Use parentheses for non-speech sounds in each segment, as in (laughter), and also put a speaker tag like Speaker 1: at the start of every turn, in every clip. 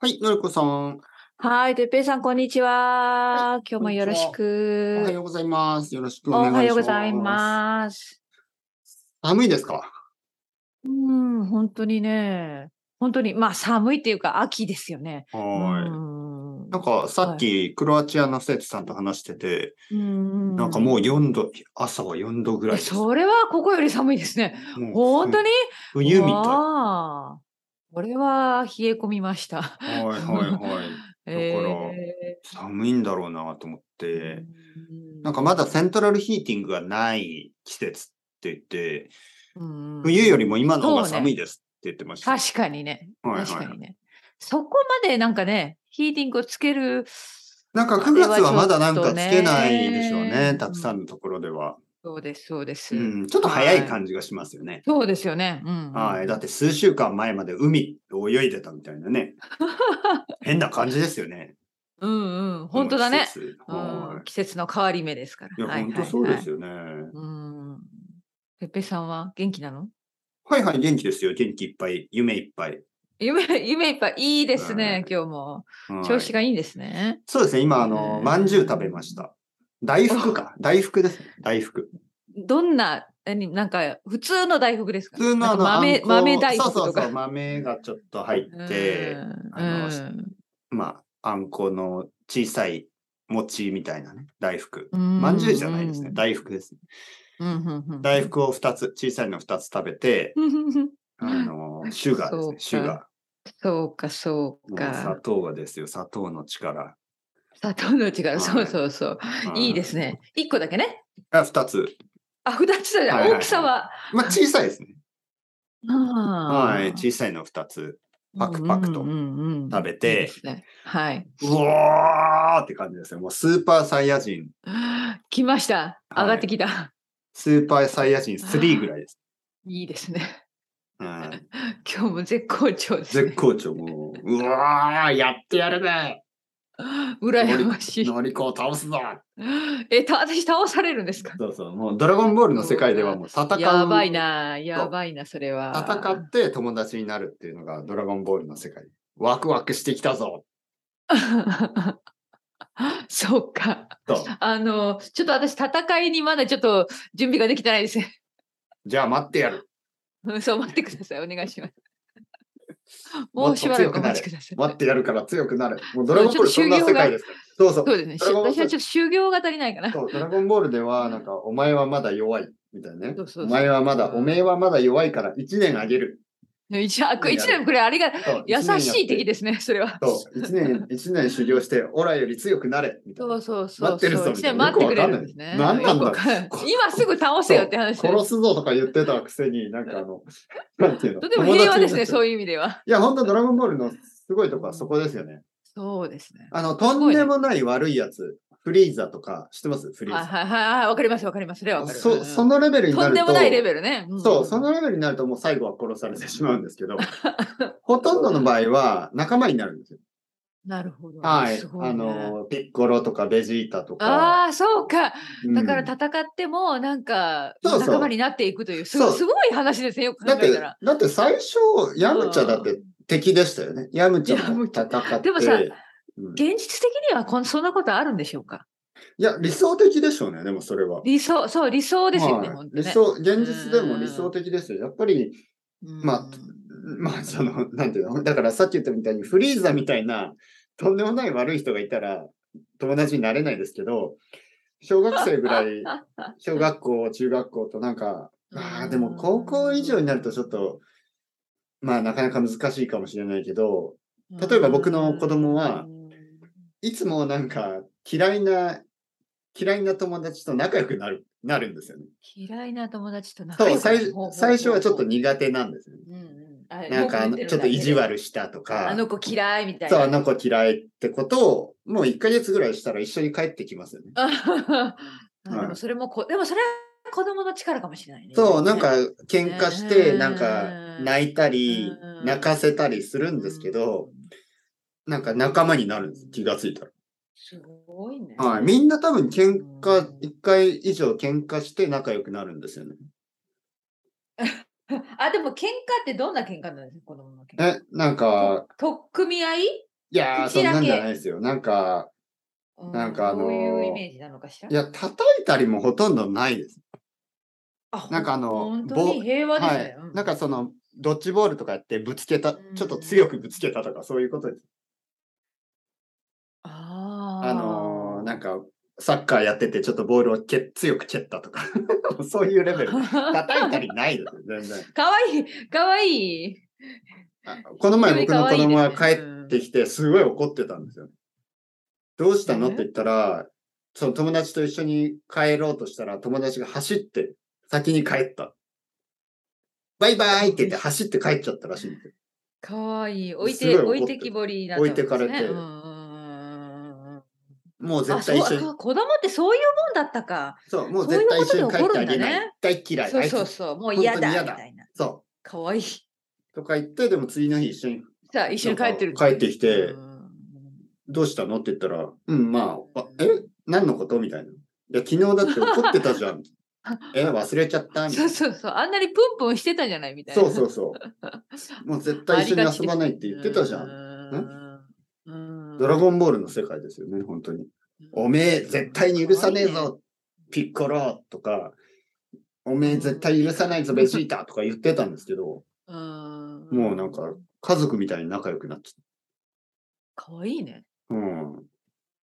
Speaker 1: はい、のりこさん。
Speaker 2: はい、てっぺいさん、こんにちは、はい。今日もよろし
Speaker 1: く。おはようございます。よろしくお願いします。お
Speaker 2: はようございます。
Speaker 1: 寒いですか
Speaker 2: うん、本当にね。本当に、まあ寒いっていうか秋ですよね。
Speaker 1: はい。なんかさっきクロアチアの生徒さんと話してて、はい、なんかもう4度、朝は4度ぐらい
Speaker 2: それはここより寒いですね。本当に
Speaker 1: 冬みたい。
Speaker 2: これは冷え込みました。
Speaker 1: はいはいはい。だから、えー、 (laughs) 寒いんだろうなと思って、なんかまだセントラルヒーティングがない季節って言って、冬よりも今の方が寒いですって言ってました。
Speaker 2: ね、確かにね。確かにね、はいはい。そこまでなんかね、ヒーティングをつける。
Speaker 1: なんか9月はまだなんかつけないでしょうね、たくさんのところでは。
Speaker 2: そうです、そうです、
Speaker 1: うん。ちょっと早い感じがしますよね。はい、。
Speaker 2: そうですよね、うん
Speaker 1: はい。だって数週間前まで海を泳いでたみたいなね。変な感じですよね。
Speaker 2: うんうん。本当だね、はい、季節の変わり目ですから。
Speaker 1: いや、はいはいはい、本当そうですよね。
Speaker 2: うん。ペペさんは元気なの (laughs)
Speaker 1: はいはい、元気ですよ。元気いっぱい、夢いっぱい。
Speaker 2: 夢、夢いっぱい。いいですね、今日も。調子がいいんですね。
Speaker 1: そうですね。今、あの、まんじゅう食べました。大福か。大福です、ね。大福。
Speaker 2: どんな、なんか、普通の大福ですか
Speaker 1: 普通のあの
Speaker 2: 豆、豆大福
Speaker 1: そうそうそう、豆がちょっと入って、あの、まあ、あんこの小さい餅みたいなね、大福。まんじゅうじゃないですね、大福です、ねうんうんうん。大福を2つ、小さいの2つ食べて、あの、シュガーですね、シュガー。
Speaker 2: そうか、そうか。
Speaker 1: 砂糖はですよ、砂糖の力。
Speaker 2: 砂糖の力、はい、そうそうそう。はい (laughs) 、いいですね。一個だけね。
Speaker 1: あ、二つ。
Speaker 2: あ、二つだじゃん、はいはいはい。大きさは。
Speaker 1: まあ、小さいですね。はい、小さいの二つ。パクパクと食べて、うんうんうんうん、いいですね、
Speaker 2: はい。
Speaker 1: うわーって感じですね。もうスーパーサイヤ人。
Speaker 2: 来ました。上がってきた。はい、
Speaker 1: スーパーサイヤ人3ぐらいです。
Speaker 2: いいですね。うん、 (laughs) 今日も絶好調です、
Speaker 1: ね、絶好調。もう、うわー、やってやる
Speaker 2: (laughs)
Speaker 1: ね。
Speaker 2: 羨ましい。
Speaker 1: のりこを倒すぞ
Speaker 2: え、た、私倒されるんですか
Speaker 1: そうそう。もうドラゴンボールの世界ではもう戦う。
Speaker 2: やばいな、やばいな、それは。
Speaker 1: 戦って友達になるっていうのがドラゴンボールの世界。ワクワクしてきたぞ
Speaker 2: (laughs) そうか (laughs) そう。あの、ちょっと私戦いにまだちょっと準備ができてないですね。
Speaker 1: じゃあ待ってやる。
Speaker 2: (laughs) そう、待ってください。お願いします。
Speaker 1: (laughs)
Speaker 2: もうしばらくお待ちください。
Speaker 1: 待ってやるから強くな
Speaker 2: (laughs)
Speaker 1: る。もうドラゴンボールそんな世界ですから。そうそう。
Speaker 2: そうですね。私はちょっと修行が足りないかな。 (laughs)
Speaker 1: そう、ドラゴンボールでは、なんか、お前はまだ弱い。みたいなね。そうそうそうお前はまだ、おめえはまだ弱いから1年あげる。
Speaker 2: 一年これあれが優しい敵ですね、それは。
Speaker 1: そう、1年、 (laughs) 一年修行して、オラより強くなれ、みたいな。
Speaker 2: そうそうそう。
Speaker 1: 待ってるぞ、みたいな。
Speaker 2: 待ってくれるんですね。
Speaker 1: 何なんだ
Speaker 2: 今すぐ倒せよって話。
Speaker 1: 殺すぞとか言ってたくせに、なんかあ
Speaker 2: (laughs)
Speaker 1: の、
Speaker 2: なんていうの。とても平和ですね、そういう意味では。
Speaker 1: いや、本当ドラゴンボールのすごいとこはそこですよね。
Speaker 2: そうですね。
Speaker 1: あの、とんでもない悪いやつ。フリーザとか、知ってますフリーザ。
Speaker 2: はいはいはい、わかります、わかります。それはわかる。
Speaker 1: そ、そのレベルになる
Speaker 2: と。とんでもないレベルね、
Speaker 1: うん、そう、そのレベルになるともう最後は殺されてしまうんですけ
Speaker 2: (laughs)
Speaker 1: ど、ほとんどの場合は仲間になるんですよ。
Speaker 2: なるほど。
Speaker 1: はい。いね、あの、ピッコロとかベジータとか。
Speaker 2: ああ、そうか。だから戦っても、なんか、仲間になっていくという、そうそうすごい話ですね、よく考えたら。
Speaker 1: だって、って最初、ヤムチャだって敵でしたよね。ヤムチャも戦って。
Speaker 2: でもさ、現実的にはこんそんなことあるんでしょうか
Speaker 1: いや、理想的でしょうね、でもそれは。
Speaker 2: 理想、そう、理想ですよね、まあ、ね
Speaker 1: 理想、現実でも理想的ですよ。やっぱり、まあ、まあ、その、なんていうの、だからさっき言ったみたいに、フリーザみたいな、とんでもない悪い人がいたら、友達になれないですけど、小学生ぐらい、 (laughs) 小学校、中学校となんか、ああ、でも高校以上になるとちょっと、まあ、なかなか難しいかもしれないけど、例えば僕の子供は、いつもなんか嫌いな、嫌いな友達と仲良くなる、なるんですよね。
Speaker 2: 嫌いな友達と
Speaker 1: 仲良くなる。そう、最初はちょっと苦手なんですよね。うんうん、なんかちょっと意地悪したとか。
Speaker 2: あの子嫌いみたい
Speaker 1: な。そう、あの子嫌いってことを、もう1ヶ月ぐらいしたら一緒に帰ってきますよね。
Speaker 2: (laughs) あでもそれもこ、でもそれは子供の力かもしれないね。
Speaker 1: そう、なんか喧嘩して、なんか泣いたり、泣かせたりするんですけど、なんか仲間になるんです、気がついたら。
Speaker 2: すごいね。
Speaker 1: はい。みんな多分喧嘩、一、回以上喧嘩して仲良くなるんですよね。
Speaker 2: (laughs) あ、でも喧嘩ってどんな喧嘩なんですか子供の喧
Speaker 1: 嘩。え、なんか。
Speaker 2: と、とっ組み合い
Speaker 1: いやー、そ
Speaker 2: 口
Speaker 1: ん
Speaker 2: だけ
Speaker 1: なんじゃないですよ。なんか、
Speaker 2: う
Speaker 1: なんかあのー
Speaker 2: どういうイメージなのかしら
Speaker 1: いや、叩いたりもほとんどないです。
Speaker 2: あ
Speaker 1: なんかあの
Speaker 2: 本当に平和です
Speaker 1: は
Speaker 2: ね
Speaker 1: い。
Speaker 2: うん。
Speaker 1: なんかその、ドッジボールとかやってぶつけた、
Speaker 2: うん
Speaker 1: ちょっと強くぶつけたとか、そういうことです。
Speaker 2: あ
Speaker 1: あのー、なんか、サッカーやってて、ちょっとボールをけ強く蹴ったとか、 (laughs) そういうレベル。
Speaker 2: (laughs) か
Speaker 1: 叩いたりないですよ、全然。
Speaker 2: かわいい、かわいい。
Speaker 1: あ (laughs) この前僕の子供が
Speaker 2: 可愛い
Speaker 1: 帰
Speaker 2: ですね
Speaker 1: ってきて、すごい怒ってたんですよ。どうしたのって
Speaker 2: え
Speaker 1: 言ったら、その友達と一緒に帰ろうとしたら、友達が走って、先に帰った。バイバイって言って走って帰っちゃったらしいんですよ。
Speaker 2: かわいい。置い
Speaker 1: す
Speaker 2: て、
Speaker 1: ごい怒
Speaker 2: 置
Speaker 1: って
Speaker 2: いてきぼりになっちゃうんですね
Speaker 1: 置いてかれて
Speaker 2: うんうんうんうん
Speaker 1: もう
Speaker 2: あ、
Speaker 1: 絶
Speaker 2: そう
Speaker 1: 対一緒に、
Speaker 2: か子供ってそういうもんだったか。
Speaker 1: そう、もう
Speaker 2: そういう
Speaker 1: 絶対
Speaker 2: こと
Speaker 1: 一
Speaker 2: で
Speaker 1: 緒に帰ってあげない。
Speaker 2: 怒
Speaker 1: 大嫌い。
Speaker 2: そう
Speaker 1: あ
Speaker 2: そう
Speaker 1: いつ
Speaker 2: そう、もう嫌
Speaker 1: 本当
Speaker 2: だ
Speaker 1: に嫌
Speaker 2: み
Speaker 1: だ
Speaker 2: たいな。
Speaker 1: そ
Speaker 2: かわいい。
Speaker 1: う。とか言って、でも次の日一緒に、
Speaker 2: さあ、一緒に帰って
Speaker 1: なん
Speaker 2: る。
Speaker 1: か帰ってきて
Speaker 2: うん
Speaker 1: どうしたのって言ったら、うん、まあ、あえ何のことみたいな。いや、昨日だって怒ってたじ (laughs) ゃん。え、忘れちゃったみたい
Speaker 2: そう
Speaker 1: な。
Speaker 2: そうそう、あんなにプンプンしてたじゃないみたいな。
Speaker 1: そうそう (laughs) そう。もう絶対一緒に遊ばないって言ってたじゃん。
Speaker 2: ん。うん
Speaker 1: ドラゴンボールの世界ですよね、本当に。おめえ、絶対に許さねえ。
Speaker 2: かわいい
Speaker 1: ぞ、ピッコロとか、おめえ、絶対許さないぞ、ベジータとか言ってたんですけど、
Speaker 2: うん
Speaker 1: もうなんか、家族みたいに仲良くなっちゃっ
Speaker 2: かわいいね。
Speaker 1: た。うん。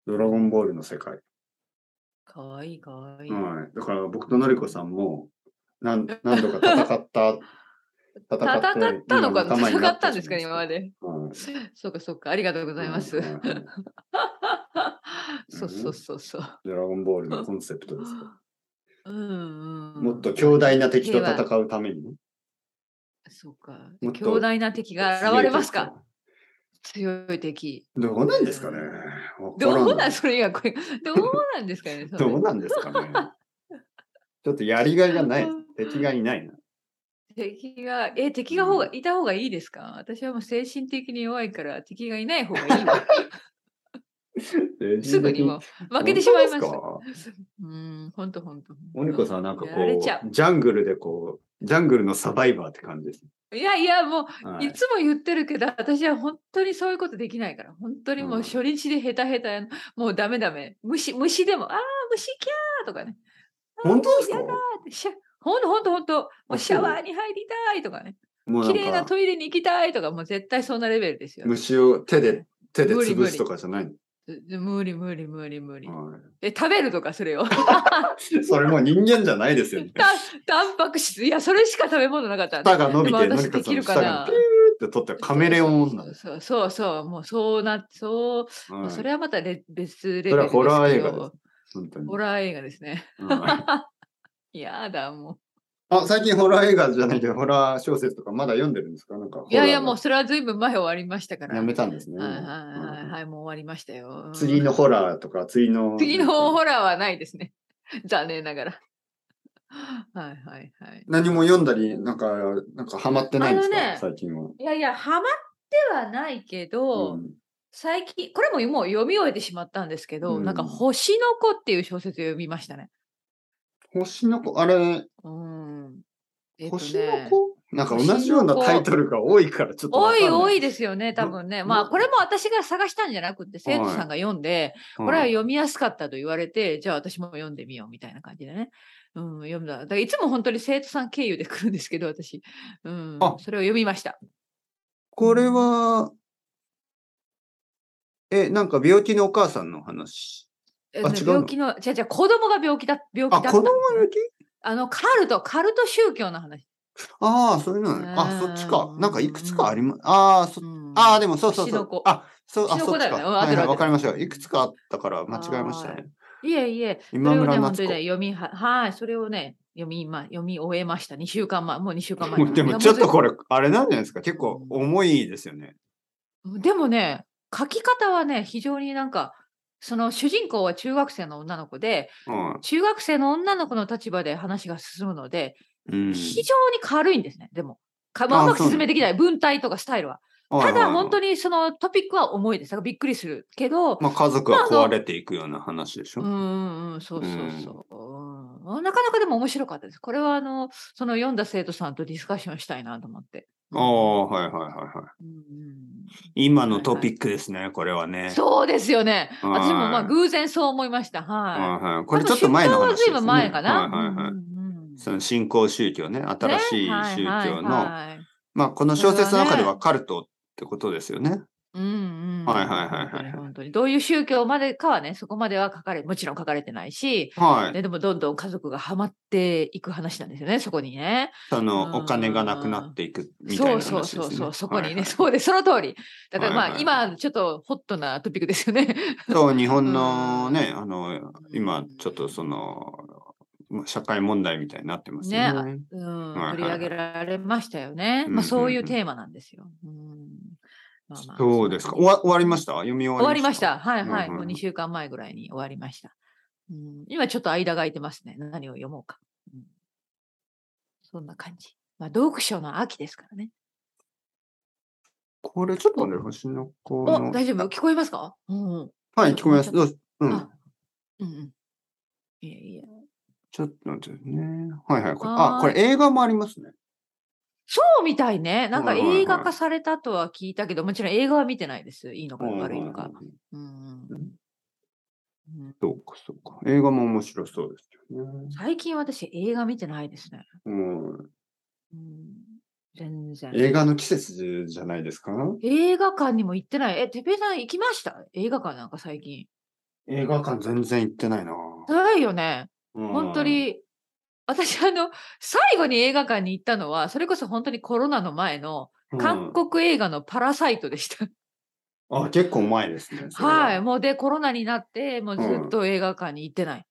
Speaker 1: ドラゴンボールの世界。
Speaker 2: かわいいかわいい。
Speaker 1: はい。だから僕とのりこさんも、何何度か戦
Speaker 2: (laughs)
Speaker 1: った、
Speaker 2: 戦
Speaker 1: 戦って
Speaker 2: ったのかな
Speaker 1: 仲間に
Speaker 2: 戦
Speaker 1: な
Speaker 2: ったんですかね、今ま
Speaker 1: で。
Speaker 2: で。
Speaker 1: はい
Speaker 2: そうか、そうか、ありがとうございます。
Speaker 1: はいはいはい
Speaker 2: そうそうそうそう。
Speaker 1: ドラゴンボールのコンセプトですか。
Speaker 2: うんうん、
Speaker 1: もっと強大な敵と戦うためにね。
Speaker 2: そうか
Speaker 1: もっと。
Speaker 2: 強大な敵が現れますか強い敵。
Speaker 1: どうなんですかね
Speaker 2: どう
Speaker 1: わか
Speaker 2: な
Speaker 1: ら
Speaker 2: んそれがこれ。どうなんですかねそれ
Speaker 1: どうなんですか
Speaker 2: (laughs)
Speaker 1: ねちょっとやりがいがない。敵がいないな。
Speaker 2: 敵が、え、敵が方が、いた方がいいですか私はもう精神的に弱いから敵がいない方がい
Speaker 1: (laughs)
Speaker 2: いわ。すぐにもう負けてしまいます。
Speaker 1: 本当ですか
Speaker 2: うん、ほんとほんと。
Speaker 1: おにこさんなんかこ
Speaker 2: やられ
Speaker 1: う、
Speaker 2: ちゃ
Speaker 1: ジャングルでこう、ジャングルのサバイバーって感じです。
Speaker 2: いやいや、もう、
Speaker 1: はい
Speaker 2: い、つも言ってるけど、私は本当にそういうことできないから、本当にもううん初日でヘタヘタやの、もうダメダメ。虫、虫でも、ああ、虫キャーとかね。あー
Speaker 1: 本当ですか
Speaker 2: やだーってシャほんとほんとほんと、もう
Speaker 1: あ
Speaker 2: シ
Speaker 1: そう
Speaker 2: ャワーに入りたいとかね。
Speaker 1: も
Speaker 2: 綺麗
Speaker 1: うな
Speaker 2: なん
Speaker 1: か、
Speaker 2: トイレに行きたいとか、もう絶対そんなレベルですよ。
Speaker 1: 虫を手で、手で
Speaker 2: 無理
Speaker 1: 潰すとかじゃないの。
Speaker 2: 無理無理無理無理。
Speaker 1: は
Speaker 2: え、食べるとかそ
Speaker 1: (laughs)
Speaker 2: れを。
Speaker 1: いそれもう人間じゃないですよ
Speaker 2: (laughs)
Speaker 1: ね。
Speaker 2: たタンパク質。いや、それしか食べ物なかったんだ。
Speaker 1: 舌が伸びて、
Speaker 2: でも私
Speaker 1: のりこさんの
Speaker 2: できるか
Speaker 1: 舌
Speaker 2: な
Speaker 1: がピューって取ったらカメレオンなんです
Speaker 2: そうそうそう、もうそうな、そう、まあそれはまたレ別レベルですけ
Speaker 1: そ
Speaker 2: ど。
Speaker 1: れはホラー映画です本当に
Speaker 2: ホラー映画ですね。 (laughs)
Speaker 1: はい
Speaker 2: やだ、も
Speaker 1: あ、最近ホラー映画じゃないけど、ホラー小説とかまだ読んでるんですかなんかホラーの。
Speaker 2: う。いやいや、もうそれはずいぶん前終わりましたから。
Speaker 1: やめたんですね。
Speaker 2: はいはいはいはい、
Speaker 1: うん
Speaker 2: はい、もう終わりましたよ。
Speaker 1: 次のホラーとか、次の。
Speaker 2: 次のホラーはないですね。 (laughs) 残念ながら。 (laughs) はいはいはい。
Speaker 1: 何も読んだり、なんか、なんかハマってないんですか、
Speaker 2: あのね
Speaker 1: 最近は。
Speaker 2: いやいや、ハマってはないけど、
Speaker 1: うん
Speaker 2: 最近、これももう読み終えてしまったんですけど、
Speaker 1: うん
Speaker 2: なんか、星の子っていう小説を読みましたね。
Speaker 1: 星の子、あれ、
Speaker 2: うん。えっとね
Speaker 1: 星の子なんか同じようなタイトルが多いから、ちょっとわ
Speaker 2: 多
Speaker 1: かんないい。
Speaker 2: 多い
Speaker 1: で、
Speaker 2: ですよね、多分ね。
Speaker 1: な
Speaker 2: まあ、これも私が探したんじゃなくて、生徒さんが読んで、これは読みやすかったと言われて、じゃあ私も読んでみようみたいな感じでね。うん、読んだ。だからいつも本当に生徒さん経由で来るんですけど、私。うん
Speaker 1: あ、
Speaker 2: それを読みました。
Speaker 1: これは、え、なんか病気のお母さんの話。
Speaker 2: え
Speaker 1: あ違うの
Speaker 2: 病気の、違う違う、子供が病気だ、病気だ
Speaker 1: あ、
Speaker 2: った
Speaker 1: 子
Speaker 2: んです
Speaker 1: 供が病気
Speaker 2: あの、カルト、カルト宗教の話。
Speaker 1: ああ、そういうのね。あ、
Speaker 2: うん
Speaker 1: そっちか。なんかいくつかあります。ああ、そああ、で
Speaker 2: も、
Speaker 1: もそうそう
Speaker 2: うち
Speaker 1: そ
Speaker 2: の
Speaker 1: う
Speaker 2: 子。
Speaker 1: あ、そう、あ、
Speaker 2: うちの
Speaker 1: そ
Speaker 2: 子
Speaker 1: っち
Speaker 2: だよ
Speaker 1: か。
Speaker 2: ねうん
Speaker 1: はいはい
Speaker 2: 合
Speaker 1: わ
Speaker 2: って
Speaker 1: かり
Speaker 2: る合
Speaker 1: ま
Speaker 2: っ
Speaker 1: して
Speaker 2: る
Speaker 1: た。いくつかあったから間違えましたね。
Speaker 2: いえいえ、そ
Speaker 1: 今
Speaker 2: れをね、
Speaker 1: 村
Speaker 2: 本
Speaker 1: 夏
Speaker 2: 当に
Speaker 1: 子。
Speaker 2: ね、読みは、はい、それをね、読み、今、読み終えました。2週間前、もう2週間前な
Speaker 1: (laughs)
Speaker 2: の。
Speaker 1: で
Speaker 2: いや
Speaker 1: もちょっとこ
Speaker 2: れ。
Speaker 1: れ、あれなんじゃないですか。結構重いですよね。
Speaker 2: でもね、書き方はね、非常になんか、その主人公は中学生の女の子で、
Speaker 1: うん
Speaker 2: 中学生の女の子の立場で話が進むので、
Speaker 1: うん。
Speaker 2: 非常に軽いんですね、でも。かまあ
Speaker 1: あ
Speaker 2: うまく
Speaker 1: そう
Speaker 2: 進めてきない、文体とかスタイルは。ただ、本当にそのトピックは重いです。だからびっくりするけど、
Speaker 1: まあ家族は壊れていくような話でし
Speaker 2: う
Speaker 1: ょ。
Speaker 2: んうんうん、そうそうそう。うんなかなかでも面白かったです。これはあの、その読んだ生徒さんとディスカッションしたいなと思って。うん
Speaker 3: ああ、はいはいはいは
Speaker 2: うん
Speaker 3: い。今のトピックですね、これはね。
Speaker 2: そうですよね。
Speaker 3: はい
Speaker 2: 私もまあ偶然そう思いました。は
Speaker 3: はいはい。
Speaker 2: い。
Speaker 3: これちょっと前の話
Speaker 2: で、
Speaker 3: ですす、ね。
Speaker 2: ね。はずいぶん前かな。
Speaker 3: はいはいはい。
Speaker 2: うんうんうん
Speaker 3: その新興宗教ね、新しい宗
Speaker 2: ねはい
Speaker 3: 教
Speaker 2: はい
Speaker 3: の、
Speaker 2: はい
Speaker 3: まあこの小説の中で
Speaker 2: これは
Speaker 3: はカルトってことですよね。
Speaker 2: うんうん、
Speaker 3: はいはいはいはい
Speaker 2: 本当に本当にどういう宗教までかはね、そこまでは書かれ、もちろん書かれてないし、
Speaker 3: はい。
Speaker 2: ね、でもどんどん家族がハマっていく話なんですよね、そこにね。
Speaker 3: そ
Speaker 2: うん
Speaker 3: のお金がなくなっていくみたい
Speaker 2: そ
Speaker 3: な
Speaker 2: うそう
Speaker 3: 話ですね。
Speaker 2: そうそう、そこにね、
Speaker 3: はいはい
Speaker 2: そうです、その通り。だからまあ、
Speaker 3: はいはい
Speaker 2: 今ちょっとホットなトピックですよね。
Speaker 3: そう、日本のね、あの、
Speaker 2: うん
Speaker 3: 今ちょっとその、社会問題みたいになってます
Speaker 2: ね
Speaker 3: よね。
Speaker 2: うん、
Speaker 3: はいはい
Speaker 2: 取り上げられましたよ
Speaker 3: うんう
Speaker 2: ね。
Speaker 3: んう
Speaker 2: ま
Speaker 3: ん
Speaker 2: あそういうテーマなんですよ。うんまあまあ
Speaker 3: そうですか。終わ終わりました読み
Speaker 2: 終
Speaker 3: 終
Speaker 2: わ
Speaker 3: わ
Speaker 2: り
Speaker 3: り
Speaker 2: ま
Speaker 3: ま
Speaker 2: し。
Speaker 3: したた。
Speaker 2: はいはい。
Speaker 3: うんうん
Speaker 2: もう2週間前ぐらいに終わりました。うん、今ちょっと間が空いてますね。何を読もうか。うん、そんな感じ。まあ、読書の秋ですからね。
Speaker 3: これちょっとね、星の子の。
Speaker 2: お、大丈夫聞こえますかうんうん。
Speaker 3: はい、聞こえます。どうぞうん
Speaker 2: あ。うんうん。いやいや。
Speaker 3: ちょっと待ってね。はいはい。これ
Speaker 2: はー
Speaker 3: あ
Speaker 2: い、
Speaker 3: これ映画もありますね。
Speaker 2: そうみたいね。なんか
Speaker 3: はいはいはい
Speaker 2: 映画化されたとは聞いたけど、もちろん映画は見てないです。いいのか
Speaker 3: は
Speaker 2: 悪
Speaker 3: い
Speaker 2: い
Speaker 3: はい
Speaker 2: の
Speaker 3: は
Speaker 2: か
Speaker 3: い。
Speaker 2: うんうん
Speaker 3: うん
Speaker 2: うん
Speaker 3: そうか、そうか。映画も面白そうですよね。
Speaker 2: 最近私映画見てないですね。
Speaker 3: うん、
Speaker 2: うん、全然。
Speaker 3: 映画の季節じゃないですか
Speaker 2: 映画館にも行ってない。え、てっぺいさん行きました映画館なんか最近。
Speaker 3: 映画館全然行ってないな。
Speaker 2: ないよね。
Speaker 3: 本
Speaker 2: 本当。に。私、あの、最後に映画館に行ったのは、それこそ本当にコロナの前の
Speaker 3: うん
Speaker 2: 韓国映画のパラサイトでした。
Speaker 3: あ、結構前ですね。それ
Speaker 2: はい。。もうで、コロナになって、もうずっと映画館に行ってない。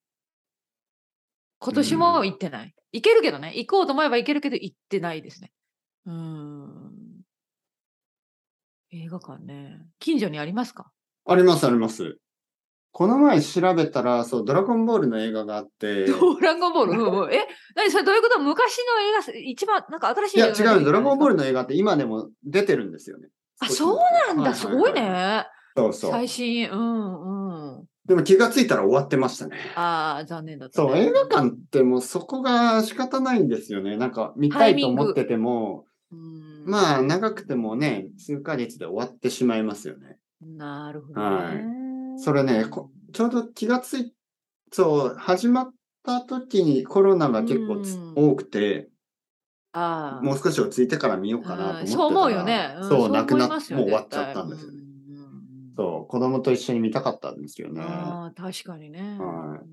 Speaker 2: 今年も行ってない。行けるけどね。行こうと思えば行けるけど、行ってないですね。うーん。映画館ね。近所にありますか
Speaker 3: あります、あります。
Speaker 1: この前調べたら、そう、ドラゴンボールの映画があって、
Speaker 2: ドラゴンボールうんうんえ何それどういうこと昔の映画、一番、なんか新しい
Speaker 1: い
Speaker 2: 映
Speaker 1: や、
Speaker 2: 画
Speaker 1: 違う
Speaker 2: が出てきたんですか
Speaker 1: ドラゴンボールの映画って今でも出てるんですよね。
Speaker 2: あ、
Speaker 1: 少し
Speaker 2: そうなんだ。すごい。
Speaker 1: ははは
Speaker 2: ね。
Speaker 1: そうそう
Speaker 2: 最。新。うんうん。
Speaker 1: でも気がついたら終わってましたね。
Speaker 2: ああ、残念だったね、
Speaker 1: そう、映画館ってもうそこが仕方ないんですよね。なんか見たいと思ってても、
Speaker 2: うん
Speaker 1: まあ長くてもね、数ヶ月で終わってしまいますよね。
Speaker 2: なるほど、ね。
Speaker 1: はいそれねこちょうど気がつい、そう、始まった時にコロナが結構つ
Speaker 2: うん
Speaker 1: 多くて、
Speaker 2: ああ。
Speaker 1: もう少し落ち着いてから見ようかなと思っ
Speaker 2: う
Speaker 1: てた
Speaker 2: ん
Speaker 1: ら。
Speaker 2: そう思うよね。うん
Speaker 1: そう、な
Speaker 2: 思
Speaker 1: く
Speaker 2: い
Speaker 1: なっもう
Speaker 2: ますよ
Speaker 1: 終わっちゃったんですよね。。
Speaker 2: 絶対うんうんうん
Speaker 1: そう、子供と一緒に見たかったんですよね。
Speaker 2: ああ、確かにね。
Speaker 1: はい
Speaker 2: うん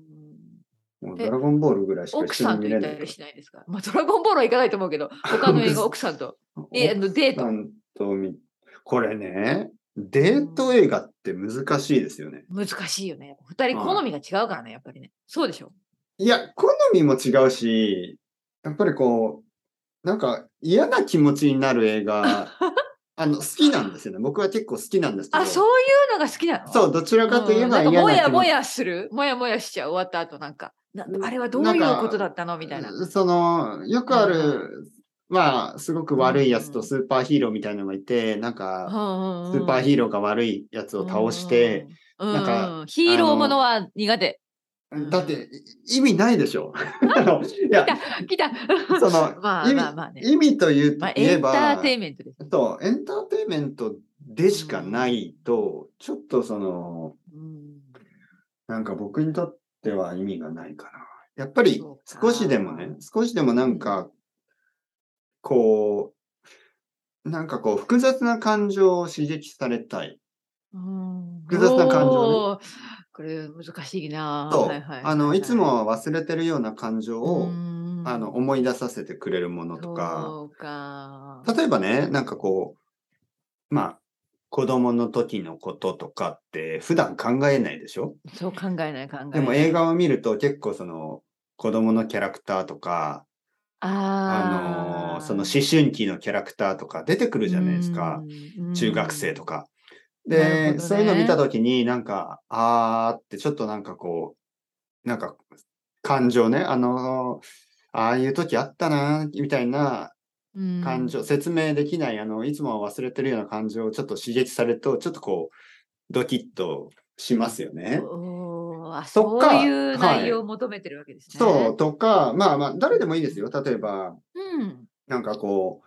Speaker 1: もう
Speaker 2: え
Speaker 1: ドラゴンボールぐらいしか
Speaker 2: 奥
Speaker 1: 一
Speaker 2: さ
Speaker 1: 緒
Speaker 2: んと
Speaker 1: に見
Speaker 2: 行
Speaker 1: れない
Speaker 2: った
Speaker 1: から
Speaker 2: り。しないですかまあ、ドラゴンボールは行かないと思うけど、他の
Speaker 1: (laughs)
Speaker 2: 映画、奥さんと。え、あのデート
Speaker 1: な。んとみこれね、デート映画って難しいですよね。
Speaker 2: 難しいよね。二人好みが違うからね、やっぱりね。そうでしょ
Speaker 1: いや、好みも違うし、やっぱりこう、なんか嫌な気持ちになる映
Speaker 2: (laughs)
Speaker 1: 画、あの、好きなんですよね。僕は結構好きなんですけど。
Speaker 2: あ、そういうのが好きなの
Speaker 1: そう、どちらかといえば
Speaker 2: うんなんか
Speaker 1: 嫌
Speaker 2: も
Speaker 1: な気持ち。
Speaker 2: やもやする。もやもやしちゃう終わった後なんか。な
Speaker 1: うん
Speaker 2: あれはどう
Speaker 1: ないん
Speaker 2: う
Speaker 1: か
Speaker 2: ことだったのみたいな。
Speaker 1: その、よくあ
Speaker 2: はいは
Speaker 1: る、まあ、すごく悪いやつとスーパーヒーローみたいなのがいて、なんか、ス
Speaker 2: ス
Speaker 1: ーパーヒーローが悪いやつを倒して、、
Speaker 2: うんうん
Speaker 1: なんか
Speaker 2: うんうんヒーローものは苦手。うん
Speaker 1: だって、い意味ないでしょ。 (laughs) あのいや、
Speaker 2: 来た。
Speaker 1: その、
Speaker 2: (laughs) まあ
Speaker 1: 意味
Speaker 2: まあまあね。
Speaker 1: 意味という
Speaker 2: まあ、
Speaker 1: 言
Speaker 2: エ
Speaker 1: え
Speaker 2: ンタ
Speaker 1: ば、
Speaker 2: ーテインメントです。
Speaker 1: そうエンターテインメントでしかないと、ちょっとその、
Speaker 2: うん
Speaker 1: なんか僕にとっては意味がないかな。やっぱり
Speaker 2: そうか
Speaker 1: 少しでもね、少しでもなんか、こう、なんかこう、複雑な感情を刺激されたい。
Speaker 2: うん
Speaker 1: 複雑な感情ね
Speaker 2: おーこれ難しいな。
Speaker 1: と、
Speaker 2: はいはい
Speaker 1: あの、いつも忘れてるような感情を、あの、
Speaker 2: っ
Speaker 1: 思い出させてくれるものとか、
Speaker 2: そうか。
Speaker 1: 例えばね、なんかこう、まあ、子供の時のこととかって普段考えないでしょ
Speaker 2: そう考えない考えない。
Speaker 1: でも映画を見ると結構その子供のキャラクターとか、あ
Speaker 2: あ
Speaker 1: のーその思春期のキャラクターとか出てく
Speaker 2: る
Speaker 1: るじゃないですか。。中学生と
Speaker 2: か。
Speaker 1: か。
Speaker 2: なるほ
Speaker 1: で、
Speaker 2: どね
Speaker 1: そういうの見た時になんか、あーってちょっとなんかこう、なんか感情ね、あのーああいう時あったな、みたいな
Speaker 2: うん
Speaker 1: 感情、説明できない、あの、いつもは忘れてるような感情をちょっと刺激されると、ちょっとこう、ドキッとしますよね。
Speaker 2: おーあ
Speaker 1: そ
Speaker 2: そ
Speaker 1: っか
Speaker 2: ういう
Speaker 1: はい
Speaker 2: 内容を求めてるわけですね。
Speaker 1: そう、とか、まあまあ、誰でもいいですよ。例えば、
Speaker 2: うん。
Speaker 1: なんかこ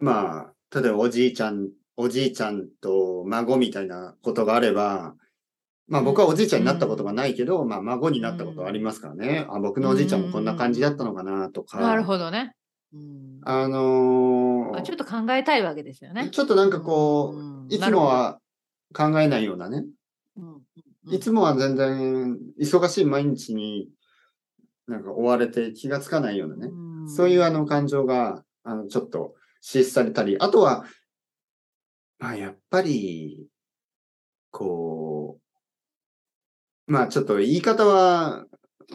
Speaker 1: う、まあ、例えばおじいちゃん、おじいちゃんと孫みたいなことがあれば、まあ僕はおじいちゃんになったことがないけど、まあ孫になったことはありますからね。あ、僕のおじいちゃんもこんな感じだったのかなとか。
Speaker 2: なるほどね。うん
Speaker 1: あのー
Speaker 2: あちょっと考えたいわけですよね。
Speaker 1: ちょっとなんかこう、
Speaker 2: うん
Speaker 1: いつも、は考えないようなね。
Speaker 2: なるほどうん
Speaker 1: いつもは全然忙しい毎日になんか追われて気がつかないようなね。
Speaker 2: ん
Speaker 1: そういうあの感情が、あの、ちょっと刺激されたり、あとは、まあ、やっぱり、こう、まあ、ちょっと言い方は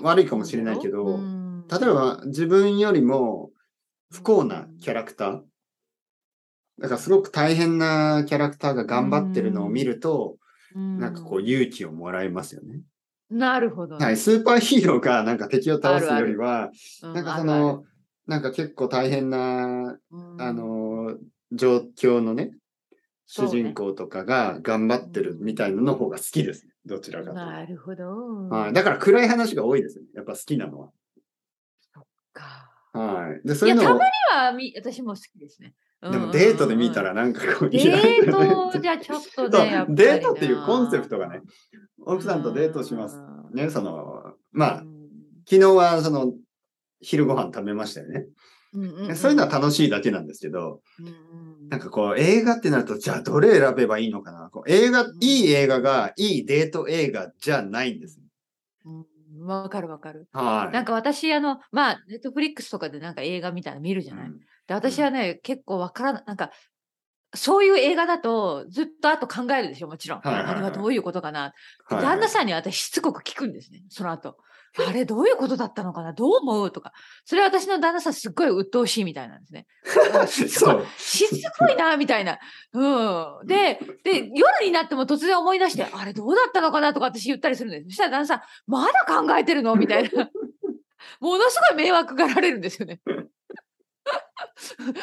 Speaker 1: 悪いかもしれないけど、
Speaker 2: うん
Speaker 1: 例えば自分よりも不幸なキャラクター、だからすごく大変なキャラクターが頑張ってるのを見ると、なんかこう勇気をもらえますよね。
Speaker 2: うんなるほどね、
Speaker 1: はい、スーパーヒーローがなんか敵を倒すよりは、
Speaker 2: う
Speaker 1: なんか
Speaker 2: あ
Speaker 1: そ
Speaker 2: るある
Speaker 1: の、なんか結構大変な、
Speaker 2: うん
Speaker 1: あの、状況のね、
Speaker 2: そう
Speaker 1: 主
Speaker 2: ね
Speaker 1: 人公とかが頑張ってるみたいなの方が好きですね。どちらかという
Speaker 2: なるほど。
Speaker 1: と。はい。だから暗い話が多いですね。やっぱ好きなのは。
Speaker 2: か
Speaker 1: はい。で、そういう
Speaker 2: いや
Speaker 1: のを、
Speaker 2: 今はみ私も好きですね。うん
Speaker 1: でもデートで見た。
Speaker 2: うん
Speaker 1: らなんかこう
Speaker 2: デ
Speaker 1: 嫌いだよね
Speaker 2: ートじゃちょっとね。やっぱりな
Speaker 1: デートっていうコンセプトがね、、奥さんとデートします。
Speaker 2: うん。
Speaker 1: ね、その、まあ
Speaker 2: う、ん
Speaker 1: 昨日はその、昼ご飯食べましたよね。
Speaker 2: うんん
Speaker 1: そういうのは楽しいだけなんですけど、
Speaker 2: うんうん
Speaker 1: なんかこう映画ってなると、じゃあどれ選べばいいのかなこう映画、いい映画がいいデート映画じゃないんです。
Speaker 2: うんわかるわかる。
Speaker 1: はい。
Speaker 2: なんか私、あの、まあ、ネットフリックスとかでなんか映画みたいなの見るじゃない。
Speaker 1: うん
Speaker 2: で、私はね、結構わからない、なんか、そういう映画だと、ずっと後考えるでしょ、もちろん。
Speaker 1: はいはいはい
Speaker 2: あれはどういうことかな。で
Speaker 1: はい
Speaker 2: 旦那さんに私、しつこく聞くんですね、その後。あれ、どういうことだったのかなどう思うとか。それは私の旦那さん、すっごい鬱陶しいみたいなんで
Speaker 1: (laughs)
Speaker 2: すね。しつ
Speaker 1: そ
Speaker 2: こ
Speaker 1: う。
Speaker 2: い、しつこいな、みたいな。うん。で、で、夜になっても突然思い出して、あれ、どうだったのかなとか私言ったりするんです。そしたら旦那さん、まだ考えてるのみたいな。 (laughs) ものすごい迷惑がられるんですよね。 (laughs) 確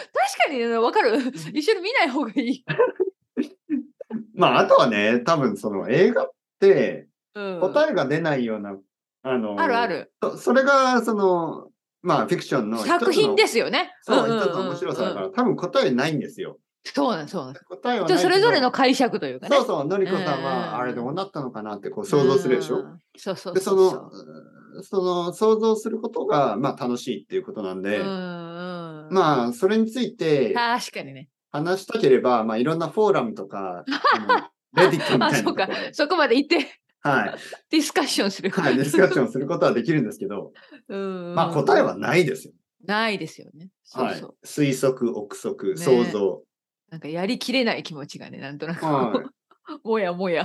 Speaker 2: かにね、わかる。一緒に見ない方がいい。
Speaker 1: まあ、あとはね、多分その映画って
Speaker 2: うん、
Speaker 1: 答えが出ないような、あの、
Speaker 2: あるある。
Speaker 1: そ。それがその、まあ、フィクションの一つの
Speaker 2: 作品ですよね。
Speaker 1: そ
Speaker 2: んんん
Speaker 1: う、
Speaker 2: ん
Speaker 1: 一つの面白さだから、多分答えないんですよ。
Speaker 2: そうなんそうなん
Speaker 1: 答えはない
Speaker 2: 人
Speaker 1: けど。
Speaker 2: それぞれの解釈というかね。
Speaker 1: そうそう、のりこさん
Speaker 2: うん
Speaker 1: は、あれどうなったのかなってこう想像するでし
Speaker 2: う
Speaker 1: ょ。
Speaker 2: んそうそう
Speaker 1: で、
Speaker 2: そ
Speaker 1: そうの、その想像することが、まあ楽しいっていうことなんで、
Speaker 2: うんうん
Speaker 1: まあ、それについて
Speaker 2: 確かにね。
Speaker 1: 話したければ、まあいろんなフォーラムと
Speaker 2: (laughs)
Speaker 1: か、あのレディットみ
Speaker 2: あ、
Speaker 1: たいな
Speaker 2: そ
Speaker 1: と
Speaker 2: う
Speaker 1: ころ
Speaker 2: か
Speaker 1: で。
Speaker 2: そこまで行って
Speaker 1: はい。
Speaker 2: ディスカッションする。
Speaker 1: はい。ディスカッションすることはできるんですけど、
Speaker 2: (laughs) うん
Speaker 1: まあ答えはないですよ。
Speaker 2: ないですよね。そ
Speaker 1: は
Speaker 2: う
Speaker 1: い
Speaker 2: そう。。
Speaker 1: 推測、憶測、
Speaker 2: ね
Speaker 1: 想像。
Speaker 2: なんかやりきれない気持ちがね、なんとなく (laughs) こう、
Speaker 1: は
Speaker 2: もやもや。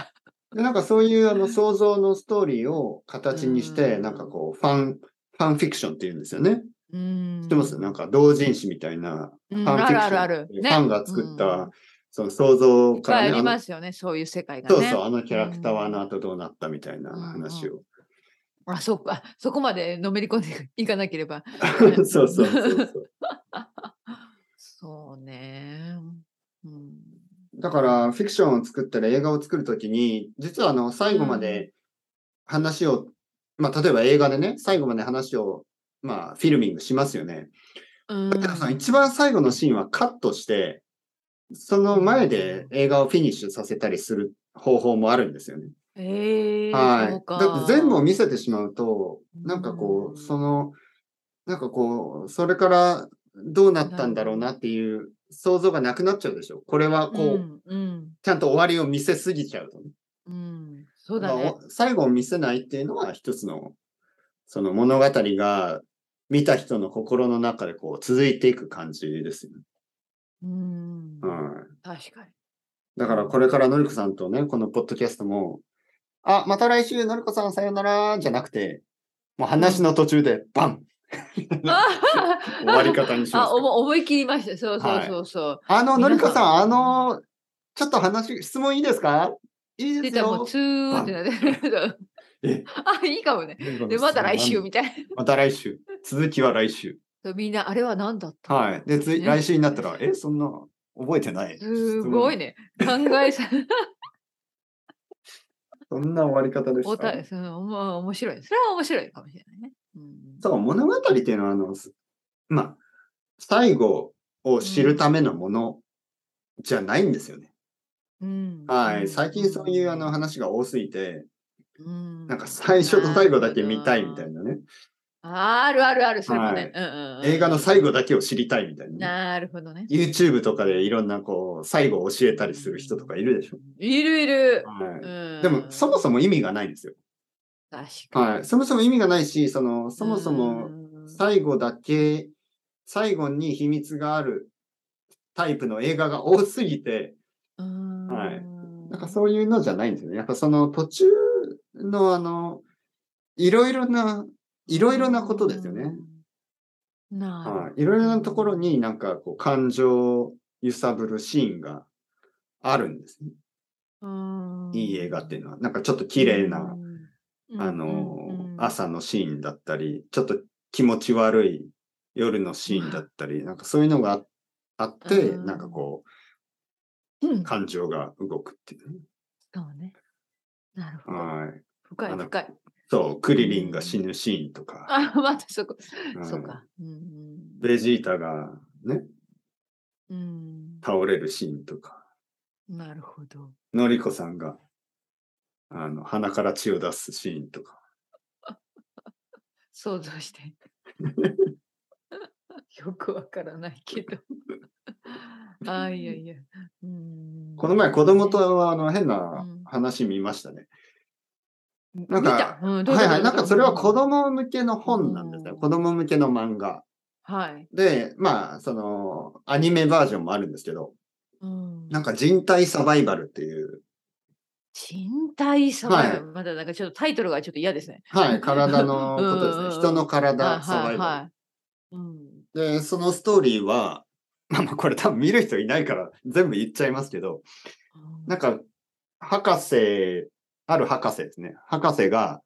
Speaker 1: い。で、なんかそういうあの想像のストーリーを形にして、
Speaker 2: うん
Speaker 1: なんかこう、ファン、ファンフィクションって言うんですよね。
Speaker 2: うーん。
Speaker 1: 知ってますなんか同人誌みたいな、
Speaker 2: う
Speaker 1: ファン
Speaker 2: ん
Speaker 1: フィ
Speaker 2: あ
Speaker 1: クショ
Speaker 2: る
Speaker 1: ン
Speaker 2: あるある。ね
Speaker 1: ファンが作っ
Speaker 2: うん
Speaker 1: た、その想像
Speaker 2: いっ
Speaker 1: か
Speaker 2: ぱ
Speaker 1: ら
Speaker 2: い
Speaker 1: ね
Speaker 2: あり
Speaker 1: あの
Speaker 2: ますよね、そういう世界がね。
Speaker 1: そうそう、あのキャラクターはあの後どうなったみたいな話を。
Speaker 2: あそこあそこまでのめり込んでいかなければ。ん
Speaker 1: そう (laughs) そうそうそう。
Speaker 2: そうね。うん、
Speaker 1: だから、フィクションを作ったり映画を作るときに、実はあの、最後まで話を、まあ、例えば映画でね、最後まで話を、まあ、フィルミングしますよね。
Speaker 2: うん
Speaker 1: だけどさ、一番最後のシーンはカットして、その前で映画をフィニッシュさせたりする方法もあるんですよね。
Speaker 2: えー、
Speaker 1: はい。
Speaker 2: そうか
Speaker 1: だって全部を見せてしまうと、なんかこ
Speaker 2: うん
Speaker 1: う、その、なんかこう、それからどうなったんだろうなっていう想像がなくなっちゃうでしょ。これはこう、
Speaker 2: うんうん
Speaker 1: ちゃんと終わりを見せすぎちゃうとね、
Speaker 2: うん、そうだね
Speaker 1: まあ。お最後を見せないっていうのは一つの、その物語が見た人の心の中でこう続いていく感じですよね。
Speaker 2: うん、
Speaker 1: はい。
Speaker 2: 確かに。
Speaker 1: だからこれからのりこさんとね、このポッドキャストも、あ、また来週のりこさんさよならじゃなくて、もう話の途中でバン
Speaker 2: (laughs)
Speaker 1: 終わり方にします
Speaker 2: あ
Speaker 1: か
Speaker 2: おも思い切りました。そうそうそうそう。
Speaker 1: あの、のりこ
Speaker 2: 皆
Speaker 1: さ
Speaker 2: さん
Speaker 1: ん、あの、ちょっと話、質問いいですかいいで
Speaker 2: 出
Speaker 1: す
Speaker 2: たらもう
Speaker 1: よ
Speaker 2: ツ。ーってなって。
Speaker 1: え
Speaker 2: (laughs) あいいかもね。でまた来週。みたいな。
Speaker 1: また来週。続きは来週。
Speaker 2: そうみんなあれは何だったの
Speaker 1: はい。で、つい
Speaker 2: ね
Speaker 1: 来週になったら、え、そんな、覚えてない。
Speaker 2: すごい
Speaker 1: ね。
Speaker 2: ね。考えさ、
Speaker 1: そんな終わり方で
Speaker 2: お
Speaker 1: した
Speaker 2: た、。その、まあ、面白い。それは面白いかもしれないね。うん、
Speaker 1: そう、物語っていうのは、あの、すまあ、最後、を知るためのものじゃないんですよね。
Speaker 2: うん
Speaker 1: はい。最近そういうあの、話が多すぎて、
Speaker 2: うん
Speaker 1: なんか最初と最後だけ見たいみたいなね。
Speaker 2: あーあるあるある、それもね。うんうんうん
Speaker 1: 映画の最後だけを知りたいみたいなね。
Speaker 2: なるほどね。
Speaker 1: YouTube とかでいろんなこう、最後を教えたりする人とかいるでしょ。
Speaker 2: いるいる。
Speaker 1: は
Speaker 2: う
Speaker 1: い。
Speaker 2: ん
Speaker 1: でも、そもそも意味がないんですよ。
Speaker 2: 確かに
Speaker 1: はい。そもそも意味がないし、その、そもそも
Speaker 2: うん
Speaker 1: 最後だけ、最後に秘密があるタイプの映画が多すぎて、
Speaker 2: うん
Speaker 1: はいなんかそういうのじゃないんですよね。やっぱその途中のあの、いろいろな、いろいろなことですよね。。
Speaker 2: うんなるほ
Speaker 1: は
Speaker 2: ど
Speaker 1: い。いろいろなところになんかこう感情を揺さぶるシーンがあるんですね。
Speaker 2: うん
Speaker 1: いい映画っていうのは。なんかちょっと綺麗な、
Speaker 2: うん
Speaker 1: あの、
Speaker 2: うん
Speaker 1: 朝のシーンだったり、ちょっと気持ち悪い夜のシーンだったり、なんかそういうのがああって、
Speaker 2: うん
Speaker 1: なんかこ
Speaker 2: うん
Speaker 1: う、感情が動くっていうね。
Speaker 2: そうね。なるほど。
Speaker 1: はい。
Speaker 2: 深
Speaker 1: あ
Speaker 2: い
Speaker 1: の
Speaker 2: 深い。
Speaker 1: そう、クリリンが死ぬシーンとか。
Speaker 2: あ、またそこ。
Speaker 1: はい
Speaker 2: そうか。うん
Speaker 1: ベジータがね、
Speaker 2: うん。うん。
Speaker 1: 倒れるシーンとか、
Speaker 2: なるほど。
Speaker 1: のりこさんが、あの、鼻から血を出すシーンとか。
Speaker 2: 想像
Speaker 1: (laughs)
Speaker 2: して。よくわからない
Speaker 1: (laughs)
Speaker 2: けど。あいやいや。うん
Speaker 1: この前子供と
Speaker 2: ね
Speaker 1: はあの変
Speaker 2: う
Speaker 1: なん話見ましたね。なんか
Speaker 2: 見たうんどう
Speaker 1: は
Speaker 2: ぞ
Speaker 1: いはい。
Speaker 2: ど
Speaker 1: な
Speaker 2: うんぞ
Speaker 1: かそれは子供向けの本なんです
Speaker 2: う
Speaker 1: よ。
Speaker 2: ん
Speaker 1: 子供向けの漫画。
Speaker 2: はい。
Speaker 1: で、まあ、その、アニメバージョンもあるんですけど、
Speaker 2: な
Speaker 1: なんか人体サバイバルっていう、
Speaker 2: 賃貸サバイバル
Speaker 1: は
Speaker 2: まだなんかちょっとタイトルがちょっと嫌ですね。
Speaker 1: はい、体のことです
Speaker 2: (laughs) うんうんう
Speaker 1: ね。
Speaker 2: ん
Speaker 1: 人の体サバ
Speaker 2: はいは
Speaker 1: イ
Speaker 2: い
Speaker 1: バ
Speaker 2: はい。うん。
Speaker 1: ル。で、そのストーリーは、まあまあこれ多分見る人いないから全部言っちゃいますけど、なんか、博士、ある博士ですね。博士が、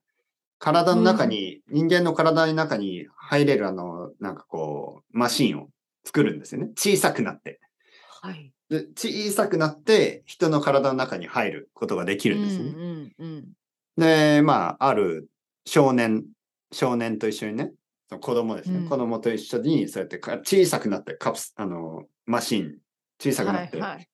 Speaker 1: 体の中に、人間の体の中に入れるあの、なんかこう、マシンを作るんですよね。小さくなって。
Speaker 2: はい。
Speaker 1: で小さくなって、人の体の中に入ることができ
Speaker 2: う
Speaker 1: る
Speaker 2: ん
Speaker 1: んですね。
Speaker 2: うんうん。
Speaker 1: で、まあ、ある少年、少年と一緒にね、その子供ですね、
Speaker 2: うん
Speaker 1: 子供と一緒に、そうやってか小さくなって、カプス、あの、マシン、小さくなって、
Speaker 2: はいはい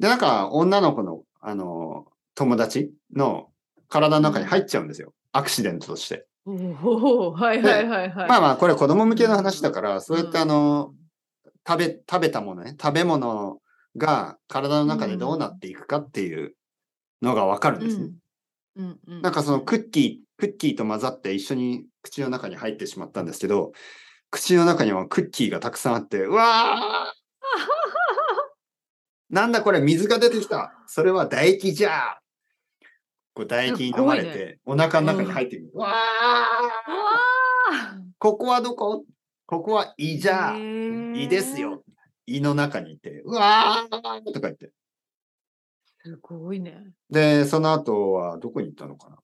Speaker 1: で、なんか、女の子の、あの、友達の体の中に入っちゃうんですよ。アクシデントとして。
Speaker 2: おおはいはいはいはい。
Speaker 1: まあ
Speaker 2: あ、
Speaker 1: まあ、これ子供向けの話だから、そうやってあの、食べ、食べたものね、食べ物が体の中でどうなっていくかっていうのがわかるん
Speaker 2: う
Speaker 1: ですね。
Speaker 2: ん、うんうん。
Speaker 1: なんかそのクッキー、クッキーと混ざって一緒に口の中に入ってしまったんですけど、口の中にはクッキーがたくさんあって、う
Speaker 2: (laughs)
Speaker 1: わーなんだこれ水が出てきたそれは唾液じゃこう唾液に飲まれ
Speaker 2: すごい
Speaker 1: て、お腹の中に入ってくる。うわ
Speaker 2: う
Speaker 1: ー
Speaker 2: わあ。
Speaker 1: ここはどこここは胃じゃ
Speaker 2: へー
Speaker 1: 胃ですよ。胃の中にいて、うわーとか言って。
Speaker 2: すごいね。
Speaker 1: で、その後はどこに行ったのかな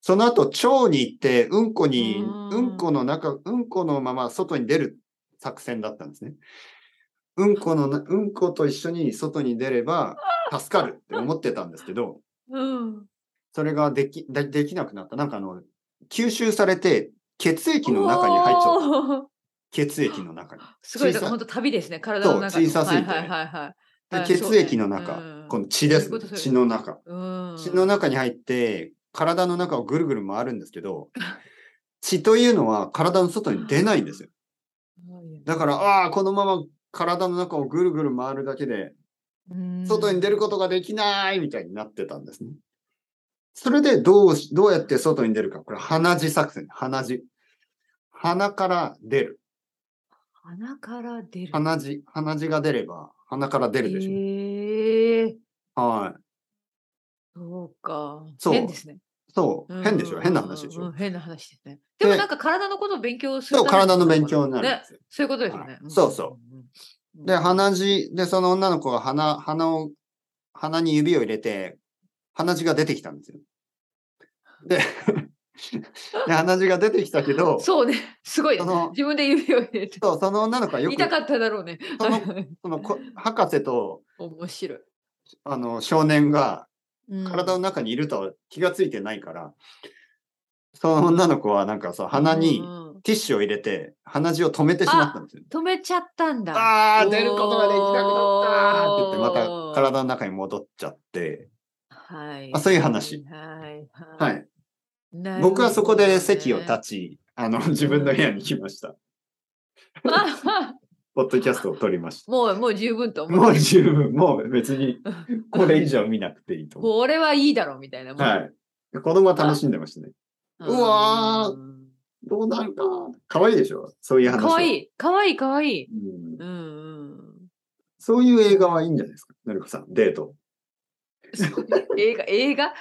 Speaker 1: その後、腸に行って、うんこに、
Speaker 2: う
Speaker 1: うんんこの中、うんこのまま外に出る作戦だったんですね。うんこのな、うんこと一緒に外に出れ
Speaker 2: (laughs)
Speaker 1: ば助かるって思ってたんですけど、
Speaker 2: うん。
Speaker 1: それができ、でできなくなった。なんかあの、吸収されて、血液の中に入っちゃった。
Speaker 2: ゃった。
Speaker 1: 血液の中に。
Speaker 2: すごい、
Speaker 1: 小
Speaker 2: だ
Speaker 1: さ
Speaker 2: から本当旅ですね。体の中
Speaker 1: そう
Speaker 2: の。
Speaker 1: 小さすぎて
Speaker 2: はいはいはいはい。
Speaker 1: で
Speaker 2: はいそ
Speaker 1: 血
Speaker 2: うね
Speaker 1: 液の中、
Speaker 2: うん
Speaker 1: この血です
Speaker 2: そうい
Speaker 1: ね、
Speaker 2: うこと
Speaker 1: 血の中。
Speaker 2: うん。
Speaker 1: 血の中に入って、体の中をぐるぐる回るんですけど、血というのは体の外に出ないんですよ。だから、ああ、このまま体の中をぐるぐる回るだけで、
Speaker 2: うん
Speaker 1: 外に出ることができないみたいになってたんですね。それでどうし、どうやって外に出るか。これ、鼻血作戦。鼻血。鼻から出る。
Speaker 2: 鼻から出る。
Speaker 1: 鼻血。鼻血が出れば、鼻から出るでしょ。
Speaker 2: ええ
Speaker 1: はい。
Speaker 2: そうか。
Speaker 1: そう
Speaker 2: 変ですね。
Speaker 1: そう。変でし
Speaker 2: う
Speaker 1: ょ。
Speaker 2: ん
Speaker 1: 変な話でし
Speaker 2: うん
Speaker 1: ょ
Speaker 2: うん。変な話ですね。でも
Speaker 1: で
Speaker 2: なんか体のことを勉強する
Speaker 1: そう、
Speaker 2: ため
Speaker 1: 体の勉
Speaker 2: こと
Speaker 1: 強
Speaker 2: だ
Speaker 1: に
Speaker 2: も
Speaker 1: なんるん
Speaker 2: ね
Speaker 1: で。すよ。
Speaker 2: そういうことですよ
Speaker 1: は
Speaker 2: ね
Speaker 1: い。そうそ
Speaker 2: うん。
Speaker 1: で、鼻血、で、その女の子が鼻、鼻を、鼻に指を入れて、鼻血が出てきたんですよ。で、
Speaker 2: (laughs)
Speaker 1: で鼻血が出てきたけど、そ
Speaker 2: そうね。 (laughs) すごいね
Speaker 1: その。
Speaker 2: 自分で指を入れて。
Speaker 1: うその女の子はよく、
Speaker 2: 痛かっただろうね。
Speaker 1: そのそのこ博士と
Speaker 2: (laughs) 面白い。
Speaker 1: あの少年が
Speaker 2: うん
Speaker 1: 体の中にいるとは気がついてないから、その女の子はなんかさ、鼻に
Speaker 2: うん
Speaker 3: ティッシュを入れて、鼻血を止めてしまったんですよ。
Speaker 2: 止めちゃったんだ。
Speaker 1: ああ、出ることができなくなった
Speaker 2: お
Speaker 1: ー
Speaker 2: ー
Speaker 1: って
Speaker 3: でまた体の中に戻っちゃって、
Speaker 2: はい。
Speaker 3: あそういう話
Speaker 2: はい。
Speaker 1: はいい。
Speaker 2: なるほどね
Speaker 1: 僕はそこで席を立ち、あの、自分の部屋に来ました。
Speaker 2: あ
Speaker 1: ポッドキャストを撮りました。
Speaker 2: (laughs) もう、もう十分と思う。
Speaker 1: もう十分、もう別にこれ以上見なくていいと思
Speaker 2: これはいいだろうみたいな。も
Speaker 1: う。
Speaker 2: う
Speaker 1: はい。子供は楽しんでましたね。うわどうなるか。可愛いでしょそういう話。
Speaker 2: かわい
Speaker 1: い、
Speaker 2: い。かわいい、かわいい。
Speaker 1: うん
Speaker 2: うんうん。
Speaker 1: (laughs) そういう映画はいいんじゃないですか。のりこさん、デート。
Speaker 2: そう映画、映画、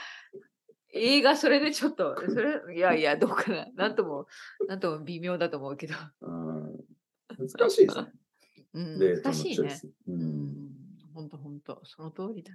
Speaker 2: 映画、それでちょっと、それ、いやいや、どうかな。なんとも、なんとも微妙だと思うけど。
Speaker 1: うん難しいですね。
Speaker 2: うん
Speaker 1: デート
Speaker 2: 難
Speaker 1: の
Speaker 2: しい
Speaker 1: チョイ
Speaker 2: ね。
Speaker 1: ス。う
Speaker 2: うんん。ほんとほんと、その通りだ。